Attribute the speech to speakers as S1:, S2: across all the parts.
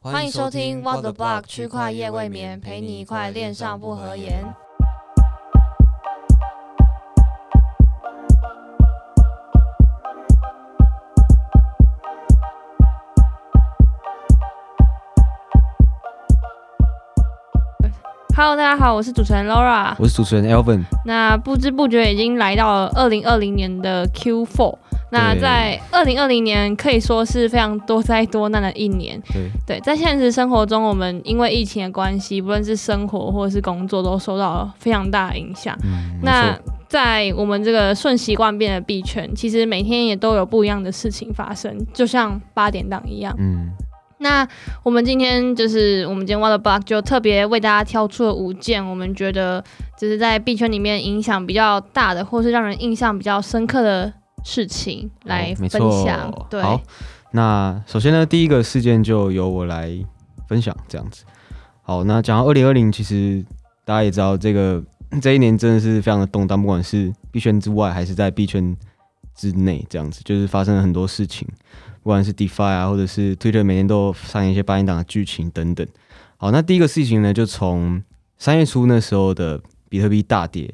S1: 欢迎收听 What the Block 区块夜未眠，陪你一块恋上不合言。。
S2: Hello，大家好，我是主持人 Laura。
S3: 我是主持 人 Elvin，
S2: 那不知不觉已经来到了二零二零年的 Q4。那
S3: 对
S2: 在二零二零年可以说是非常多灾多难的一年。
S3: 对
S2: 对，在现实生活中，我们因为疫情的关系，不论是生活或者是工作，都受到了非常大的影响。
S3: 嗯，没
S2: 那
S3: 错
S2: 在我们这个瞬息万变的币圈，其实每天也都有不一样的事情发生，就像八点档一样。
S3: 嗯，
S2: 那我们今天就是我们今天 w a t e Block 就特别为大家挑出了五件我们觉得就是在币圈里面影响比较大的，或是让人印象比较深刻的事情来
S3: 好哦没
S2: 分
S3: 错
S2: 享。对，
S3: 好，那首先呢，第一个事件就由我来分享，这样子。好，那讲到二零二零，其实大家也知道，这个 这一年真的是非常的动荡，不管是币圈之外，还是在币圈之内，这样子就是发生了很多事情，不管是 DeFi 啊，或者是 Twitter 每天都有上演一些八音档的剧情等等。好，那第一个事情呢，就从三月初那时候的比特币大跌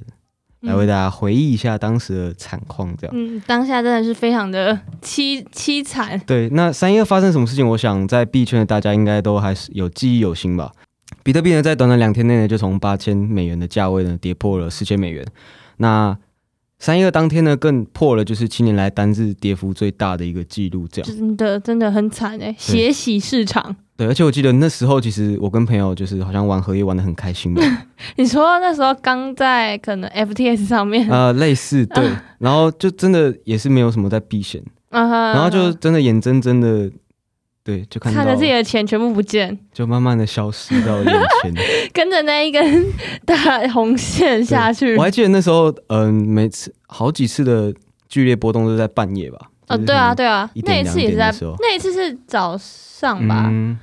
S3: 来为大家回忆一下当时的惨况，这样。
S2: 嗯，当下真的是非常的凄凄惨。
S3: 对，那三一二发生什么事情？我想在币圈的大家应该都还是有记忆犹新吧。比特币呢，在短短两天内呢，就从八千美元的价位呢，跌破了四千美元。那三一二当天呢，更破了就是七年来单日跌幅最大的一个记录，这样。
S2: 真的真的很惨哎、血洗市场。
S3: 对，而且我记得那时候，其实我跟朋友就是好像玩荷叶玩的很开 心吧，
S2: 你说那时候刚在可能 FTS 上面，
S3: 呃，类似对，然后就真的也是没有什么在避险，
S2: 嗯哼
S3: 然后就真的眼睁睁的，对，就看到
S2: 看着自己的钱全部不见，
S3: 就慢慢的消失到眼前。
S2: 跟着那一根 大红线下去
S3: 我。还记得那时候，嗯，每次好几次的剧烈波动都是在半夜吧？
S2: 哦，
S3: 就是
S2: 对啊，
S3: 可能
S2: 对啊，
S3: 一
S2: 那一
S3: 点
S2: 次也是在
S3: 两点的时候
S2: 那一次是早上吧？
S3: 嗯，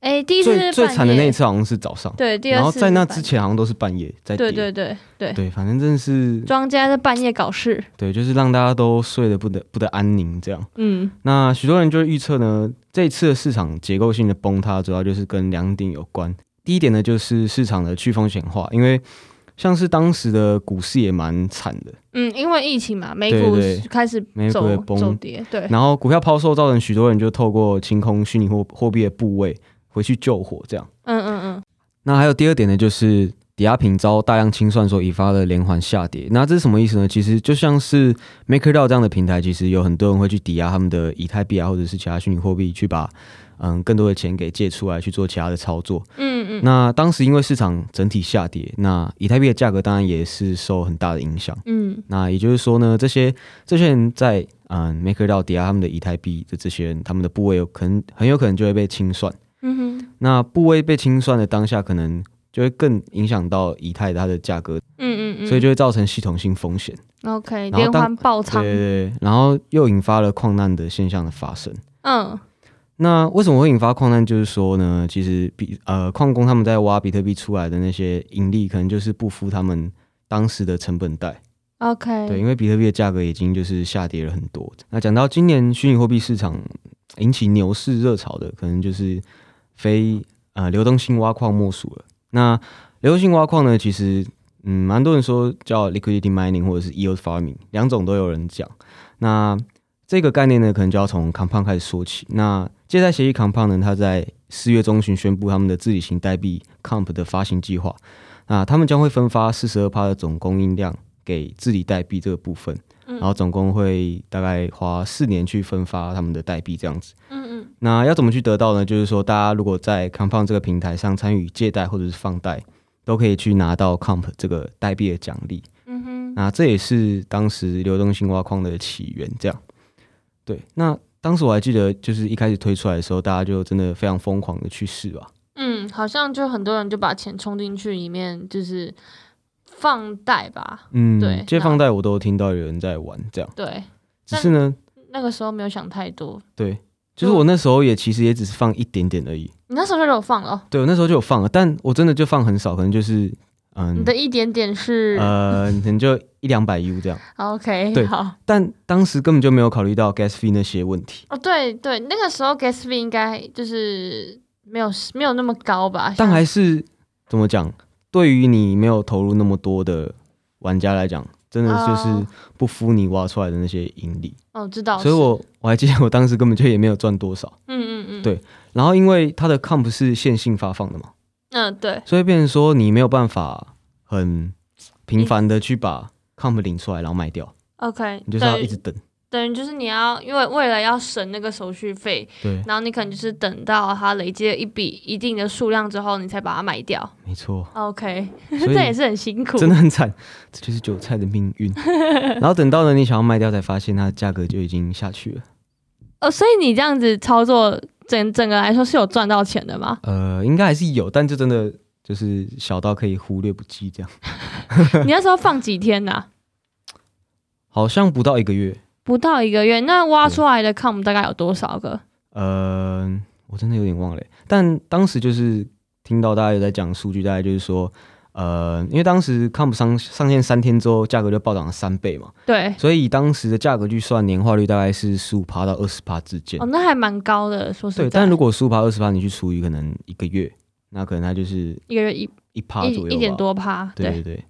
S2: 哎、啊第一次
S3: 最
S2: 是
S3: 最
S2: 半
S3: 惨的那
S2: 夜
S3: 一，次好像是早上，
S2: 对，第二
S3: 然
S2: 次
S3: 后在那
S2: 是半
S3: 之前好像都是半夜在
S2: 夜，
S3: 跌。
S2: 对对对对，
S3: 对反正真的是
S2: 庄家在半夜搞事，
S3: 对，就是让大家都睡得不得不得安宁这样。
S2: 嗯，
S3: 那许多人就预测呢，这一次的市场结构性的崩塌，主要就是跟两点有关。第一点呢，就是市场的去风险化，因为像是当时的股市也蛮惨的，
S2: 嗯，因为疫情嘛，美股
S3: 对
S2: 开始
S3: 美股也
S2: 走
S3: 崩
S2: 走跌，对，
S3: 然后股票抛售造成许多人就透过清空虚拟货货币的部位回去救火，这样。
S2: 嗯嗯嗯，
S3: 那还有第二点呢，就是抵押品遭大量清算所引发的连环下跌。那这是什么意思呢？其实就像是 MakerDAO 这样的平台，其实有很多人会去抵押他们的以太币啊，或者是其他虚拟货币，去把嗯更多的钱给借出来去做其他的操作。
S2: 嗯嗯
S3: 那当时因为市场整体下跌，那以太币的价格当然也是受很大的影响。
S2: 嗯，
S3: 那也就是说呢，这些这些人在嗯 MakerDAO 抵押他们的以太币的这些人，他们的部位有可能很有可能就会被清算。
S2: 嗯哼，
S3: 那部位被清算的当下，可能就会更影响到以太它的价格，
S2: 嗯嗯嗯，
S3: 所以就会造成系统性风险。
S2: OK
S3: 然后
S2: 连
S3: 当
S2: 环爆
S3: 对
S2: 仓，
S3: 对对，然后又引发了矿难的现象的发生。
S2: 嗯
S3: 那为什么会引发矿难？就是说呢，其实比呃矿工他们在挖比特币出来的那些盈利，可能就是不敷他们当时的成本带。
S2: ，OK，
S3: 对，因为比特币的价格已经就是下跌了很多。那讲到今年虚拟货币市场引起牛市热潮的，可能就是非呃流动性挖矿莫属了。那流动性挖矿呢，其实嗯，蛮多人说叫 liquidity mining 或者是 yield farming，两种都有人讲。那这个概念呢，可能就要从 Compound 开始说起。那借贷协议 Compound 呢，它在四月中旬宣布他们的自己型代币 Comp 的发行计划。那他们将会分发四十二的总供应量给治理代币这个部分，
S2: 嗯
S3: 然后总共会大概花四年去分发他们的代币这样子。
S2: 嗯嗯
S3: 那要怎么去得到呢？就是说，大家如果在 Compound 这个平台上参与借贷或者是放贷，都可以去拿到 Comp 这个代币的奖励。
S2: 嗯哼，
S3: 那这也是当时流动性挖矿的起源。这样，对。那当时我还记得，就是一开始推出来的时候，大家就真的非常疯狂的去试啊吧。
S2: 嗯，好像就很多人就把钱充进去里面，就是放贷吧，
S3: 嗯，
S2: 对
S3: 借
S2: 那
S3: 放贷我都听到有人在玩这样，
S2: 对。
S3: 只是呢，
S2: 那个时候没有想太多，
S3: 对，就是我那时候也其实也只是放一点点而已。
S2: 你那时候就有放了哦。
S3: 对，我那时候就有放了，但我真的就放很少，可能就是嗯
S2: 你的一点点是、
S3: 呃，可能就一两百 U 这样。
S2: OK，
S3: 对
S2: 好
S3: 但当时根本就没有考虑到 gas fee 那些问题。
S2: 哦，对对，那个时候 gas fee 应该就是没有没有那么高吧，
S3: 但
S2: 像
S3: 还是怎么讲？对于你没有投入那么多的玩家来讲，真的就是
S2: 哦
S3: 不敷你挖出来的那些盈利。
S2: 哦知道是，
S3: 所以我我还记得我当时根本就也没有赚多少。
S2: 嗯嗯嗯，
S3: 对然后因为它的 comp 是线性发放的嘛，
S2: 嗯对，
S3: 所以变成说你没有办法很频繁的去把 comp 领出来然后卖掉，
S2: OK，
S3: 你就是要
S2: 等
S3: 一
S2: 于
S3: 直等。
S2: 等于就是你要因为为了要省那个手续费，
S3: 对，
S2: 然后你可能就是等到它累积了一笔一定的数量之后，你才把它卖掉。
S3: 没错，
S2: OK，
S3: 所
S2: 这也
S3: 以
S2: 是很辛苦，
S3: 真的很惨，这就是韭菜的命 运。然后等到了你想要卖掉，才发现它的价格就已经下去了。？
S2: 哦。所以你这样子操作，整整个来说是有赚到钱的吗
S3: 呃，应该还是有，但就真的就是小到可以忽略不计这样，
S2: 你那时候放几天呐、啊
S3: 好像不到一个月。
S2: 不到一个月，那挖
S3: 对
S2: 出来的 com 大概有多少个？
S3: 呃，我真的有点忘了欸，但当时就是听到大家有在讲数据，大概就是说。呃，因为当时 comp 上上线三天之后，价格就暴涨了三倍嘛，
S2: 对，
S3: 所以以当时的价格去算，年化率大概是十五趴到二十趴之间。
S2: 哦，那还蛮高的，说实在。
S3: 对，但如果十五趴、二十趴，你去除以可能一个月，那可能它就是
S2: 一个月一
S3: 一趴
S2: 一
S3: 左右吧
S2: 一点。多趴，
S3: 对
S2: 对，
S3: 对对，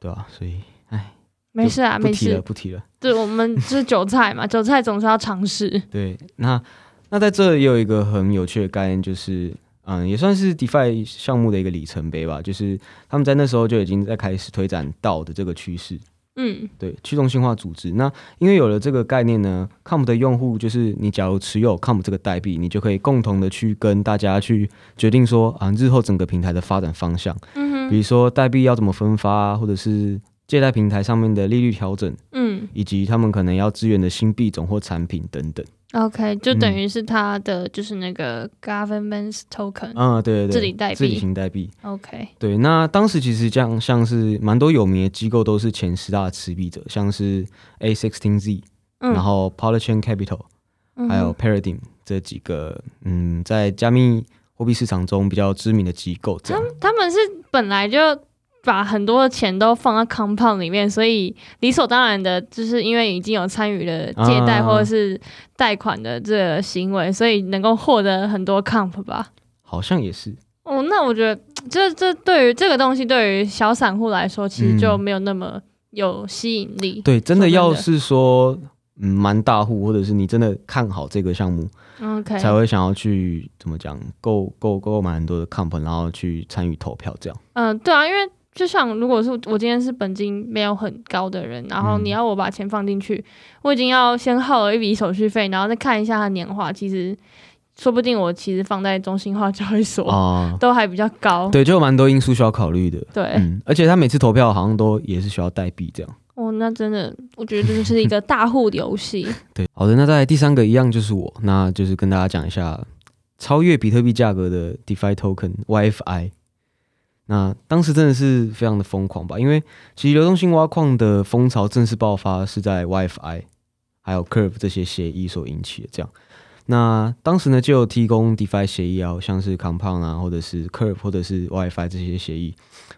S3: 对啊，所以
S2: 没事啊，
S3: 不
S2: 没
S3: 提了，
S2: 事。
S3: 不提了。
S2: 对，我们是韭菜嘛， 韭菜总是要尝试。
S3: 对，那那在这也有一个很有趣的概念，就是嗯，也算是 DeFi 项目的一个里程碑吧，就是他们在那时候就已经在开始推展道的这个趋势，
S2: 嗯，
S3: 对，去中心化组织。那因为有了这个概念呢，Com 的用户就是你假如持有 Com 这个代币，你就可以共同的去跟大家去决定说啊，日后整个平台的发展方向，
S2: 嗯
S3: 比
S2: 哼，
S3: 如说代币要怎么分发啊，或者是借贷平台上面的利率调整，
S2: 嗯
S3: 以及他们可能要支援的新币种或产品等等。
S2: ，OK，就
S3: 嗯
S2: 等于是它的就是那个 government token，OK，、
S3: 嗯，对对对，
S2: 治理代币
S3: 治理型代币。
S2: OK
S3: 对，那当时其实这样，像是蛮多有名的机构都是前十大的持币者，像是 A Sixteen Z，、
S2: 嗯，
S3: 然后 Polychain Capital，、
S2: 嗯哼
S3: 还有 Paradigm 这几个，嗯，在加密货币市场中比较知名的机构。这样，
S2: 他们是本来就把很多的钱都放到 compound 里面，所以理所当然的，就是因为已经有参与了借贷
S3: 啊
S2: 或者是贷款的这个行为，所以能够获得很多 comp 吧。
S3: 好像也是，
S2: 哦，那我觉得这这对于这个东西，对于小散户来说，其实就
S3: 嗯
S2: 没有那么有吸引力。
S3: 对，真的
S2: 说真的
S3: 要是说，嗯，蛮大户，或者是你真的看好这个项目，
S2: OK，
S3: 才会想要去怎么讲，购购购买很多的 comp，然后去参与投票这样。
S2: 嗯、对啊，因为就像如果是我今天是本金没有很高的人，然后
S3: 嗯
S2: 你要我把钱放进去，我已经要先耗了一笔手续费，然后再看一下它年化，其实说不定我其实放在中心化交易所、
S3: 啊、
S2: 都还比较高。
S3: 对，就有蛮多因素需要考虑的。
S2: 对，
S3: 嗯，而且他每次投票好像都也是需要代币这样。
S2: 哦，那真的，我觉得这就是一个大户游戏。
S3: 对，好的，那在第三个一样就是我，那就是跟大家讲一下超越比特币价格的 DeFi token YFI。那当时真的是非常的疯狂吧，因为其实流动性挖矿的风潮正式爆发是在 YFI 还有 Curve 这些协议所引起的。这样，那当时呢就有提供 DeFi 协议啊，像是 Compound 啊，或者是 Curve 或者是 YFI 这些协议。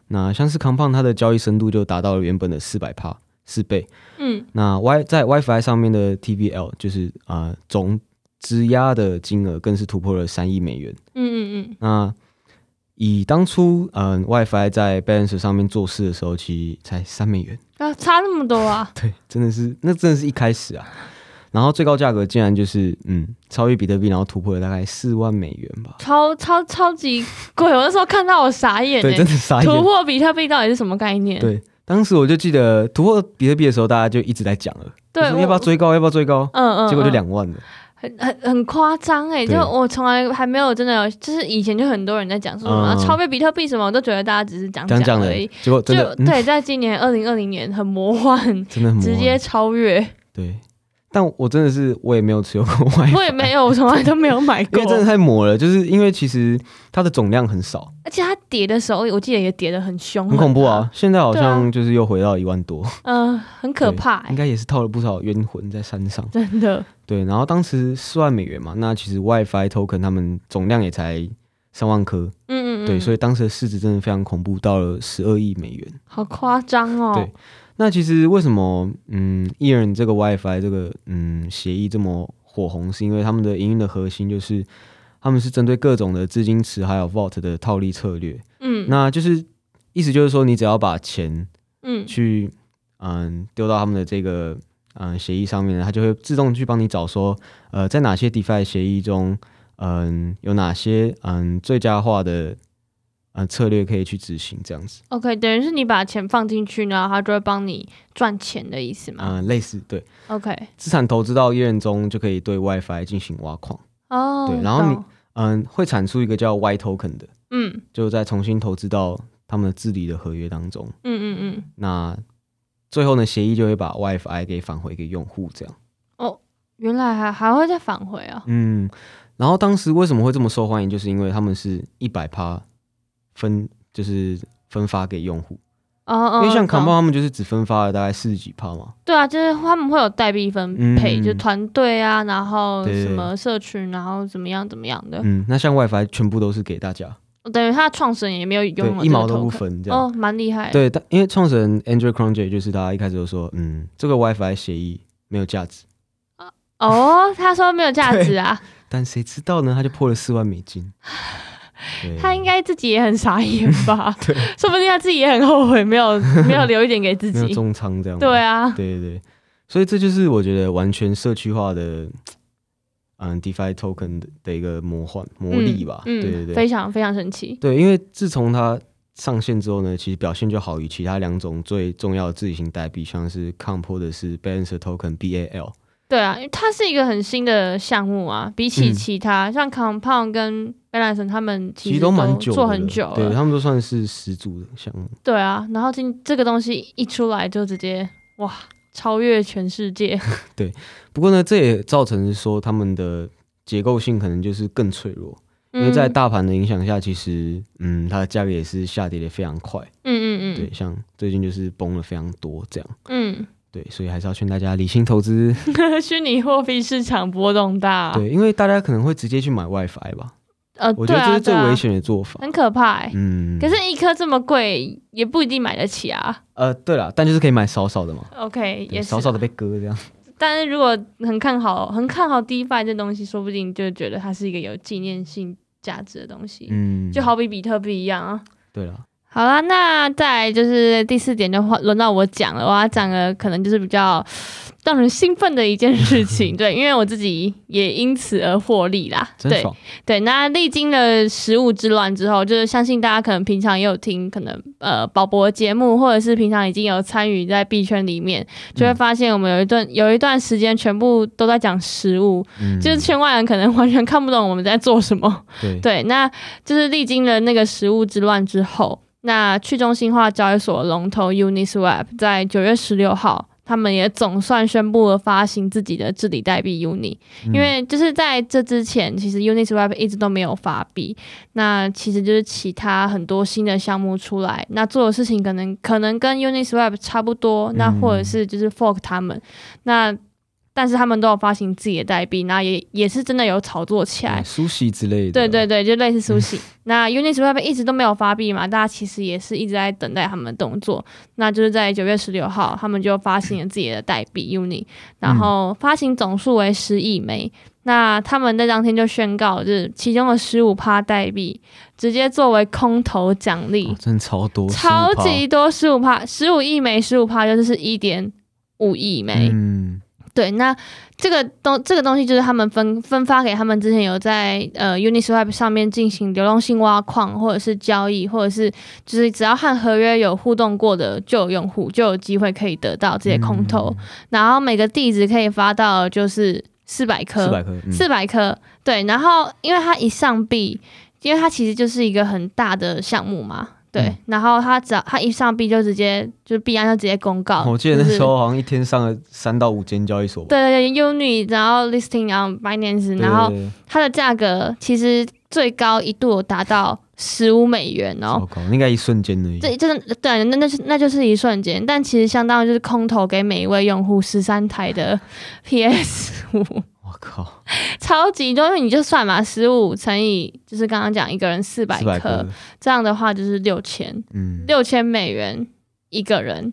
S3: 那像是 Compound 它的交易深度就达到了原本的四百帕四倍，
S2: 嗯
S3: 那 Y 在 WiFi 上面的 TVL 就是啊、呃总质押的金额更是突破了三亿美元。
S2: 嗯嗯
S3: 那以当初嗯、WiFi 在 Balance 上面做事的时候，其实才三美元，
S2: 嗯，啊，差那么多啊！
S3: 对，真的是那真的是一开始啊。然后最高价格竟然就是嗯超越比特币，然后突破了大概四万美元吧。
S2: 超超超级贵！我那时候看到我傻眼、
S3: 对，
S2: 欸
S3: 真，的傻
S2: 突
S3: 眼。
S2: 破比特币到底是什么概念？
S3: 对，当时我就记得突破比特币的时候，大家就一直在讲了，
S2: 对，
S3: 我说要不要
S2: 我
S3: 追高？要不要追高？
S2: 嗯嗯，
S3: 结果就
S2: 嗯
S3: 两万了。
S2: 很很很夸张哎！就
S3: 对
S2: 我从来还没有真的有，就是以前就很多人在讲说什么、啊
S3: 嗯
S2: 超越比特币什么，我都觉得大家只是讲
S3: 讲讲
S2: 而
S3: 了
S2: 已。，
S3: 结果
S2: 就
S3: 真的、嗯、
S2: 对，在今年二零二零年很魔幻，
S3: 真的 很魔
S2: 直
S3: 幻
S2: 接超越。
S3: 对，但我真的是我也没有持有过 w i
S2: 我也没有，我从来都没有买
S3: 因
S2: 过
S3: 为。真的太磨了，就是因为其实它的总量很少，
S2: 而且它跌的时候，我记得也跌得很凶，
S3: 很恐怖啊！现在好
S2: 对
S3: 像就是又回到一万多，
S2: 很大！嗯、很可怕
S3: 应
S2: 哎、
S3: 该也是套了不少冤魂在山上。
S2: 真的。
S3: 对，然后当时四万美元嘛，那其实 WiFi token 他们总量也才三万颗，
S2: 嗯嗯嗯，
S3: 对，所
S2: 以
S3: 以当时的市值真的非常恐怖，到了十二亿美元。
S2: 好夸张哦
S3: 对。那其实为什么嗯 e a r n 这个 WiFi 这个嗯协议这么火红，是因为他们的营运的核心就是他们是针对各种的资金池还有 vault 的套利策略。
S2: 嗯
S3: 那就是意思就是说，你只要把钱
S2: 嗯
S3: 去嗯丢到他们的这个嗯协议上面，它就会自动去帮你找说，呃，在哪些 DeFi 协议中，嗯，有哪些嗯最佳化的嗯策略可以去执行这样子，
S2: ，OK，等于是你把钱放进去，然后它就会帮你赚钱的意思吗、
S3: 嗯，类似对
S2: o k
S3: 资产投资到一人中就可以对 WiFi 进行挖矿，
S2: 哦，
S3: 对然后你
S2: 懂
S3: 嗯，会产出一个叫 Y Token 的，
S2: 嗯
S3: 就再重新投资到他们的治理的合约当中，
S2: 嗯嗯嗯，
S3: 那最后呢，协议就会把 WiFi 给返回给用户这样。
S2: 原来还还会再返回啊、
S3: 嗯，然后当时为什么会这么受欢迎，就是因为他们是一百趴分，就是分发给用户。
S2: 哦哦，
S3: 因为像
S2: 懂
S3: Combo 他们就是只分发了大概四十几趴嘛。
S2: 对啊，就是他们会有代币分配，
S3: 嗯
S2: 就团队啊，然后
S3: 对
S2: 什么社群，然后怎么样怎么样的，
S3: 嗯，那像 WiFi 全部都是给大家，
S2: 等于他的创始人也没有
S3: 对
S2: 拥有，
S3: 一毛都不，分这样。
S2: 哦，蛮厉害的。
S3: 对，但因为创始人 Andrew Cronje 就是他一开始就说，嗯，这个 WiFi 协议没有价值，
S2: 哦，他说没有价值啊，
S3: 但谁知道呢？他就破了四万美 金。 对
S2: 他应该自己也很傻眼吧
S3: 对？
S2: 说不定他自己也很后悔，没有没有留一点给自
S3: 没有
S2: 己。
S3: 重仓这样。
S2: 对啊，
S3: 对对对，所以这就是我觉得完全社区化的，嗯，DeFi token 的的一个魔幻魔力吧。
S2: 嗯，
S3: 对对对
S2: 非常非常神奇。
S3: 对，因为自从它上线之后呢，其实表现就好于其他两种最重要的自己型代币，像是 Comp 或者是 Balancer token BAL。
S2: 对啊，因为它是一个很新的项目啊，比起
S3: 嗯
S2: 其他、像 Compound 跟 Balance 他们
S3: 其
S2: 实
S3: 实
S2: 都
S3: 蛮久的
S2: 做
S3: 了，
S2: 很久了，
S3: 对他们都算是始祖的项目。
S2: 对啊，然后今这个东西一出来就直接哇，超越全世界。
S3: 不过呢，这也造成说他们的结构性可能就是更脆弱，
S2: 嗯
S3: 因为在大盘的影响下，其实嗯，它的价格也是下跌的非常快。
S2: 嗯嗯嗯，
S3: 对，像最近就是崩了非常多这样，
S2: 嗯，
S3: 对，所以还是要劝大家理性投资，
S2: 虚拟货币市场波动大，啊
S3: 对，因为大家可能会直接去买 WiFi 吧，
S2: 呃，
S3: 我觉得这
S2: 对啊
S3: 是最
S2: 对啊
S3: 危险的做法。
S2: 很可怕、欸。
S3: 嗯，
S2: 可是，一颗这么贵，也不一定买得起啊。
S3: 呃，对了，但就是可以买少少的嘛，
S2: OK，
S3: 嗯对
S2: 也是啊
S3: 少少的。被割这样。
S2: 但是如果很看好、很看好 DeFi 这东西，说不定就觉得它是一个有纪念性价值的东西，
S3: 嗯，
S2: 就。好比比特币一样啊。
S3: 对了，
S2: 好啦，那再来就是第四点的话，轮到我讲了。我要讲的可能就是比较让人兴奋的一件事 情，对，因为我自己也因此而获利啦。
S3: 真
S2: 对
S3: 爽。
S2: 对，那历经了食物之乱之后，就是相信大家可能平常也有听，可能呃宝博节目，或者是平常已经有参与在币圈里面，就会发现我们有一段、有一段时间全部都在讲食物，
S3: 嗯，
S2: 就是圈外人可能完全看不懂我们在做什么。
S3: 对
S2: 对，那就是历经了那个食物之乱之后，那去中心化交易所龙头 Uniswap 在九月十六号。他们也总算宣布了发行自己的治理代币 Uni，、因为就是在这之前，其实 Uniswap 一直都没有发币。那其实就是其他很多新的项目出来，那做的事情可能可能跟 Uniswap 差不多，那或者是就是 fork 他们，那但是他们都有发行自己的代币，那也也是真的有炒作起来
S3: 嗯。苏西之类的，
S2: 哎对对嗯对，就类似苏醒。那 Uniswap 一直都没有发币嘛，大家其实也是一直在等待他们的动作。那就是在九月十六号，他们就发行了自己的代币 Uni，然后发行总数为十亿枚。那他们在当天就宣告，就是其中的十五趴代币直接作为空头奖励
S3: 哦，，真的超多，
S2: 超
S3: 15%
S2: 级多十五趴，十五亿枚，十五趴就是一点五亿枚。
S3: 嗯
S2: 对，那这个东这个东西就是他们分分发给他们之前有在呃 Uniswap 上面进行流动性挖矿，或者是交易，或者是就是只要和合约有互动过的就有用户就有机会可以得到这些空
S3: 嗯
S2: 投，然后每个地址可以发到就是四百颗，
S3: 四百颗，嗯
S2: 四百颗，对。然后因为它一上币，因为它其实就是一个很大的项目嘛，对。
S3: 嗯
S2: 然后它只要它一上币就直接就是币安就直接公告，
S3: 哦我记得那
S2: 就是
S3: 时候好像一天上了三到五间交易所吧。
S2: 对对对，Uni，然后 Listing，然后 Binance，
S3: 对
S2: 然后
S3: 对对
S2: 它的价格其实最高一度有达到十五美元哦
S3: 超。高，应该一瞬间而已。
S2: 这真的对，那那是那就是一瞬间，但其实相当于就是空投给每一位用户十三台的 PS 五，
S3: 我靠，
S2: 超级多，因为你就算嘛，十五乘以就是刚刚讲一个人四百
S3: 四百
S2: 颗
S3: 颗，，
S2: 这样的话就是六千
S3: 嗯，
S2: 六千美元一个人，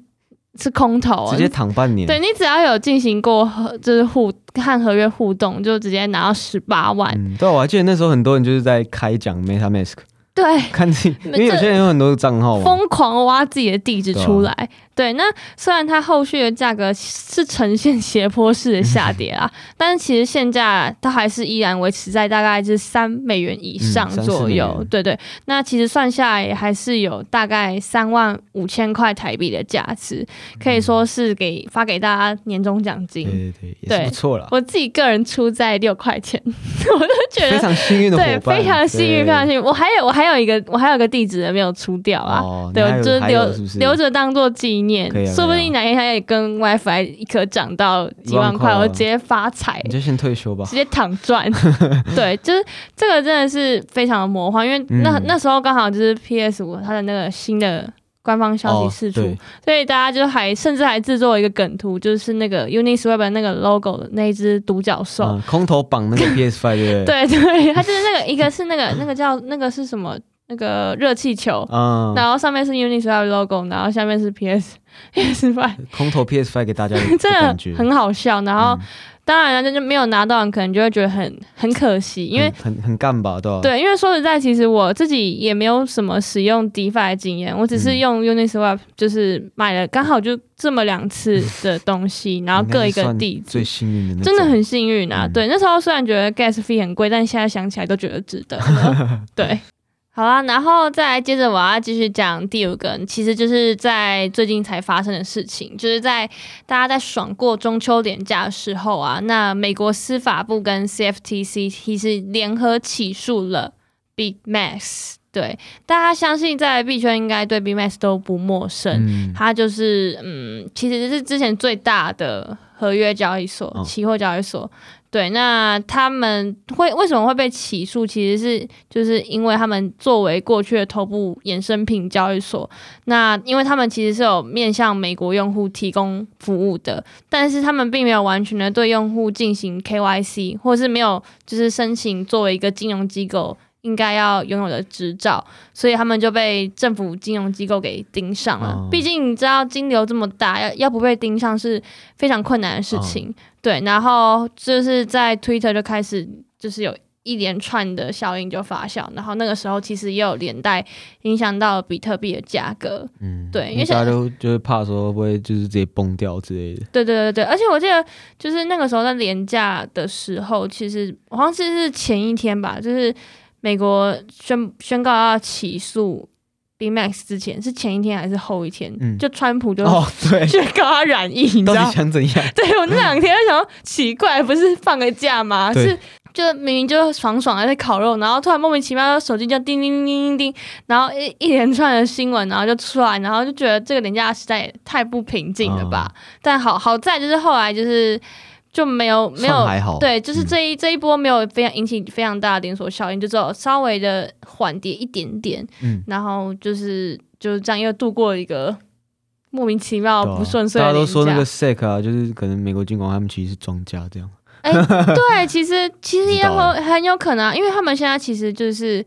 S2: 是空头、哦，
S3: 直接躺半年。
S2: 对你只要有进行过合就是互和合约互动，就直接拿到十八万。
S3: 嗯，对啊，我还记得那时候很多人就是在开讲 MetaMask，
S2: 对，
S3: 看自己，因
S2: 那
S3: 为有些人有很多账号嘛。
S2: 疯狂挖自己的地
S3: 啊
S2: 址出来。对，那虽然它后续的价格是呈现斜坡式的下跌啊，
S3: 嗯
S2: 但是其实现价它还是依然维持在大概是三美元以上
S3: 嗯34
S2: 左右。
S3: 美元
S2: 对对，那其实算下来也还是有大概三万五千块台币的价值，可
S3: 嗯
S2: 以说是给发给大家年终奖
S3: 对
S2: 金。
S3: 对对，也
S2: 对
S3: 是不错啦。
S2: 我自己个人出在六块钱， 我就觉
S3: 非
S2: 得。
S3: 常幸运的
S2: 对
S3: 伙，伴，
S2: 非常幸运，
S3: 对
S2: 非常幸运。我还有，我还有一个，我还有一个地址没有出掉啊。
S3: 哦，
S2: 对，
S3: 你还
S2: 我
S3: 有
S2: 就是
S3: 还
S2: 留
S3: 有是不是
S2: 留着当做纪念
S3: 可以啊，
S2: 说不
S3: 可以啊
S2: 定哪天它也跟 WiFi 一颗涨到几万
S3: 一万块
S2: 块，
S3: 啊
S2: 我直接发财
S3: 你。就先退休吧
S2: 直。接躺 赚，对，就是这个真的是非常的魔幻，因为那、
S3: 嗯
S2: 那时候刚好就是 PS 五它的那个新的官方消息释出，
S3: 哦对
S2: 所以大家就还甚至还制作了一个梗图，就是那个 Uniswap 那个 logo 的那一只独角兽，
S3: 嗯空头绑那 个 PS Five，对不对？
S2: 对对，它就是那个一个是那个那个叫那个是什么那个热气球，
S3: 嗯，
S2: 然后上面是 Uniswap logo，然后下面是 PS PS Five，
S3: 空头 PS Five 给大家
S2: 真
S3: 感觉
S2: 的很好笑。然后、
S3: 嗯
S2: 当然了，那就没有拿到，你可能就会觉得很很可惜，因为。
S3: 很很很干吧，对吧？，
S2: 对，因为说实在，其实我自己也没有什么使用 DeFi 的经验，我只是用 Uniswap，就是买了刚好就这么两次的东西，然后各一个地址
S3: 最，幸运的那种，
S2: 真的很幸运啊！
S3: 嗯
S2: 对，那时候虽然觉得 gas fee 很贵，但现在想起来都觉得值 得了。对，好啦，然后再来接着我要继续讲第五个，其实就是在最近才发生的事情，就是在大家在爽过中秋连假的时候啊，那美国司法部跟 CFTC 其实联合起诉了 Big Max。对，大家相信在币圈应该对 Big Max 都不陌生。
S3: 嗯，
S2: 它就是嗯，其实是之前最大的合约交易所、
S3: 哦
S2: 期货交易所。对，那他们会为什么会被起诉？其实是就是因为他们作为过去的头部衍生品交易所，那因为他们其实是有面向美国用户提供服务的，但是他们并没有完全的对用户进行 KYC，或是没有就是申请作为一个金融机构应该要拥有的执照，所以他们就被政府金融机构给盯上了
S3: 哦。
S2: 毕竟你知道金流这么大，要要不被盯上是非常困难的事情。对，然后就是在 Twitter 就开始就是有一连串的效应就发酵，然后那个时候其实也有连带影响到比特币的价格。
S3: 嗯
S2: 对
S3: 因
S2: 因为
S3: 为
S2: 现
S3: 大家都就是怕说会不会就是直接崩掉之类的，
S2: 对对对对，而且我记得就是那个时候在廉价的时候，其实好像是是前一天吧，就是美国宣宣告要起诉 B Max 之前，是前一天还是后一天？
S3: 嗯
S2: 就川普就
S3: 哦，对，
S2: 宣告他染疫，你知
S3: 到
S2: 道
S3: 底？想怎样？
S2: 对我那两天就想说奇怪，不是放个假吗？
S3: 对
S2: 是就明明就爽爽的在烤肉，然后突然莫名其妙手机就叮叮叮叮叮，然后一一连串的新闻，然后就出来，然后就觉得这个廉价时代也太不平静了
S3: 哦
S2: 吧。但好好在就是后来就是就没有没有
S3: 算还好，，
S2: 对，就是
S3: 嗯
S2: 这一、这一波没有非常引起非常大的连锁效应，就只有稍微的缓跌一点点，
S3: 嗯
S2: 然后就是就是这样又度过一个莫名其妙
S3: 对啊
S2: 哦不顺遂的
S3: 大
S2: 廉
S3: 家
S2: 价。
S3: 都说那个 SEC 啊，就是可能美国金管他们其实是庄家这样，
S2: 哎、对，其实其实
S3: 不知
S2: 也
S3: 道
S2: 很很有可能、啊，因为他们现在其实就是，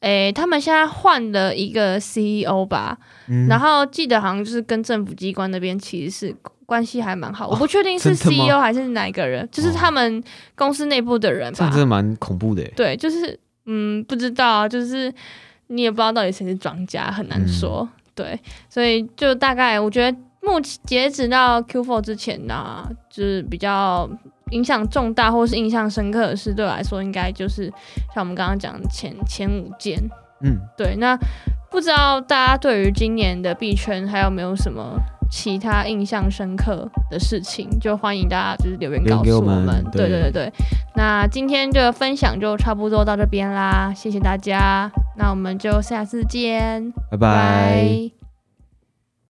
S2: 哎、他们现在换了一个 CEO 吧，
S3: 嗯
S2: 然后记得好像就是跟政府机关那边其实是关系还蛮好，我
S3: 哦
S2: 不确定是
S3: 真的吗
S2: CEO 还是哪一个人，就是
S3: 哦
S2: 他们公司内部的人
S3: 这样
S2: 吧
S3: 真。的蛮恐怖的欸耶，
S2: 对，就是嗯，不知道啊，就是你也不知道到底谁是庄家，很难
S3: 嗯
S2: 说。对，所以就大概我觉得目前截止到 Q4 之前呢、就是比较影响重大或是印象深刻的事，对我来说应该就是像我们刚刚讲的前前五件。
S3: 嗯，
S2: 对，那不知道大家对于今年的币圈还有没有什么？其他印象深刻的事情，就欢迎大家就是留言
S3: 留言
S2: 告
S3: 给我
S2: 诉我
S3: 们
S2: 对
S3: 对
S2: 对对对，那今天的分享就差不多到这边啦，谢谢大家，那我们就下次见，
S3: 拜拜。
S2: 拜